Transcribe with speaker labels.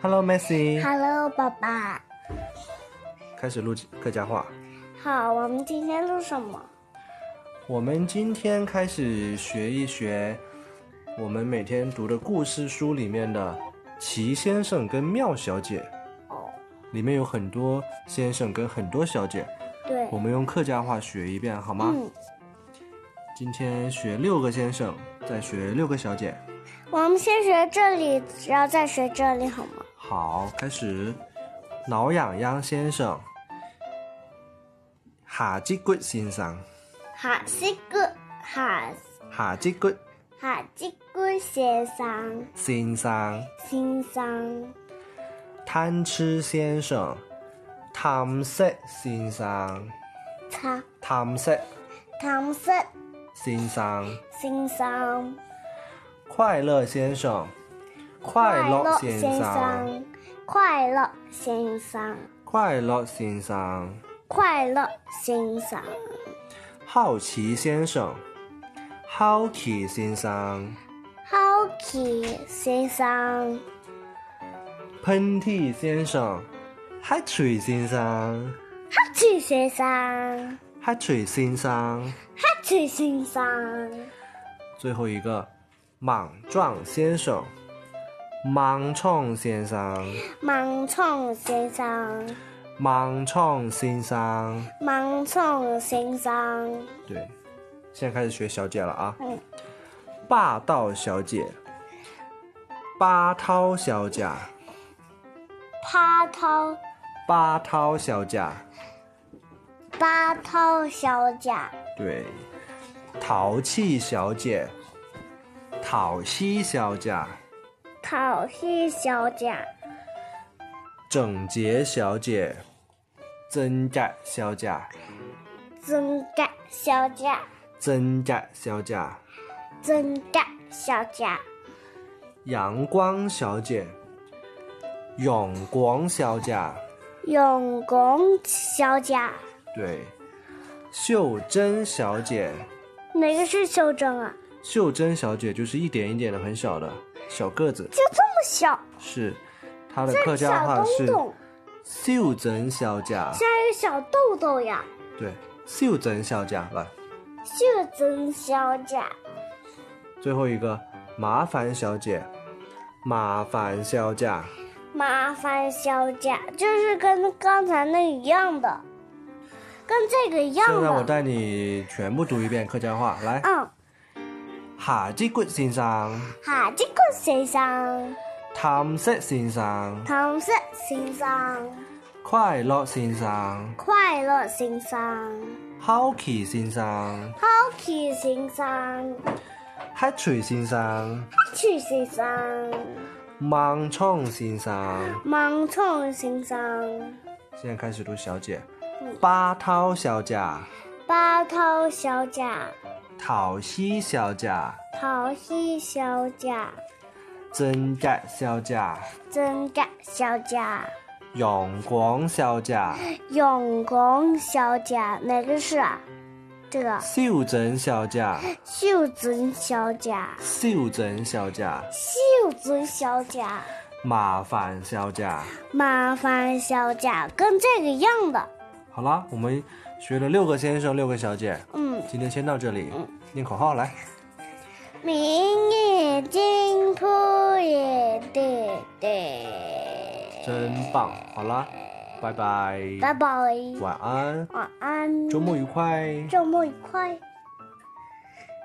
Speaker 1: Hello, Messi。
Speaker 2: Hello，爸爸。
Speaker 1: 开始录客家话。
Speaker 2: 好，我们今天录什么？
Speaker 1: 我们今天开始学一学我们每天读的故事书里面的《齐先生跟妙小姐》，
Speaker 2: 哦，
Speaker 1: 里面有很多先生跟很多小姐。
Speaker 2: 对，
Speaker 1: 我们用客家话学一遍好吗？
Speaker 2: 嗯，
Speaker 1: 今天学六个先生，再学六个小姐。
Speaker 2: 我们先学这里，然后再学这里，好吗？
Speaker 1: 好，开始。挠痒痒先生，下脊骨先生，
Speaker 2: 哈西古哈
Speaker 1: 下脊骨
Speaker 2: 哈吉古先生
Speaker 1: 先生。
Speaker 2: 先生
Speaker 1: 贪吃先生，探色先生，
Speaker 2: 他
Speaker 1: 探色
Speaker 2: 唐僧
Speaker 1: 先生，
Speaker 2: 先生
Speaker 1: 快乐先生，快乐先生，
Speaker 2: 生快乐先生
Speaker 1: 快乐先生，
Speaker 2: 快乐先生
Speaker 1: 好奇先生，好奇先生，
Speaker 2: 好奇先生
Speaker 1: 喷嚏先生，黑嘴先生，
Speaker 2: 哈奇先生
Speaker 1: 黑嘴先生，
Speaker 2: 哈奇先生。
Speaker 1: 最后一个，莽撞先生，莽撞先生，
Speaker 2: 盲从先生，
Speaker 1: 莽撞先生。
Speaker 2: 盲从先生，
Speaker 1: 对，现在开始学小姐了啊！
Speaker 2: 嗯，
Speaker 1: 霸道小姐，八涛小姐，
Speaker 2: 八涛
Speaker 1: 八涛小姐，
Speaker 2: 八涛小姐，
Speaker 1: 对，淘气小姐，讨西小姐，
Speaker 2: 讨喜小姐，
Speaker 1: 整洁小姐，真假小姐，
Speaker 2: 真假小姐，
Speaker 1: 真假小姐，
Speaker 2: 真假小姐，
Speaker 1: 阳光小姐，永光小姐，
Speaker 2: 永光小姐，
Speaker 1: 对，秀珍小姐。
Speaker 2: 哪个是修正啊？
Speaker 1: 袖珍小姐就是一点一点的很小的小个子，
Speaker 2: 就这么小，
Speaker 1: 是她的客
Speaker 2: 像
Speaker 1: 家
Speaker 2: 小
Speaker 1: 话
Speaker 2: 东
Speaker 1: 是
Speaker 2: 东，
Speaker 1: 袖珍小姐，
Speaker 2: 像一个小豆豆呀。
Speaker 1: 对，袖珍小姐来，
Speaker 2: 秀珍小姐，
Speaker 1: 最后一个麻烦小姐，麻烦小姐，
Speaker 2: 麻烦小姐，就是跟刚才那一样的，跟这个一样
Speaker 1: 现在我
Speaker 2: 的。
Speaker 1: 带你全部读一遍客家话，来，
Speaker 2: 嗯，
Speaker 1: 下肢骨先生，
Speaker 2: 哈吉谷先生、
Speaker 1: 探色先生，
Speaker 2: 唐僧先生、
Speaker 1: 快乐先生，
Speaker 2: 快乐先生、
Speaker 1: 好奇先生，
Speaker 2: 好奇先生、
Speaker 1: 黑锤先生，
Speaker 2: 趣先生、
Speaker 1: 盲冲先生。
Speaker 2: 盲从先生、
Speaker 1: 现在开始读小姐
Speaker 2: 嗯，
Speaker 1: 八涛小姐，
Speaker 2: 八涛小姐、
Speaker 1: 桃溪小姐，
Speaker 2: 桃溪小姐、
Speaker 1: 真假小姐，
Speaker 2: 真假小姐、
Speaker 1: 阳光小姐，
Speaker 2: 永光小姐，哪个是啊？这个
Speaker 1: 秀珍小姐，
Speaker 2: 秀珍小姐、
Speaker 1: 秀珍小姐，
Speaker 2: 秀珍小姐、
Speaker 1: 麻烦小姐。
Speaker 2: 麻烦小姐，跟这个一样的。
Speaker 1: 好啦，我们学了六个先生，六个小姐，
Speaker 2: 嗯，
Speaker 1: 今天先到这里，念口号来。
Speaker 2: 明眼睛扑眼弟弟，
Speaker 1: 真棒！好啦，拜拜，
Speaker 2: 拜拜，
Speaker 1: 晚安，
Speaker 2: 晚安，
Speaker 1: 周末愉快。
Speaker 2: 周末愉快。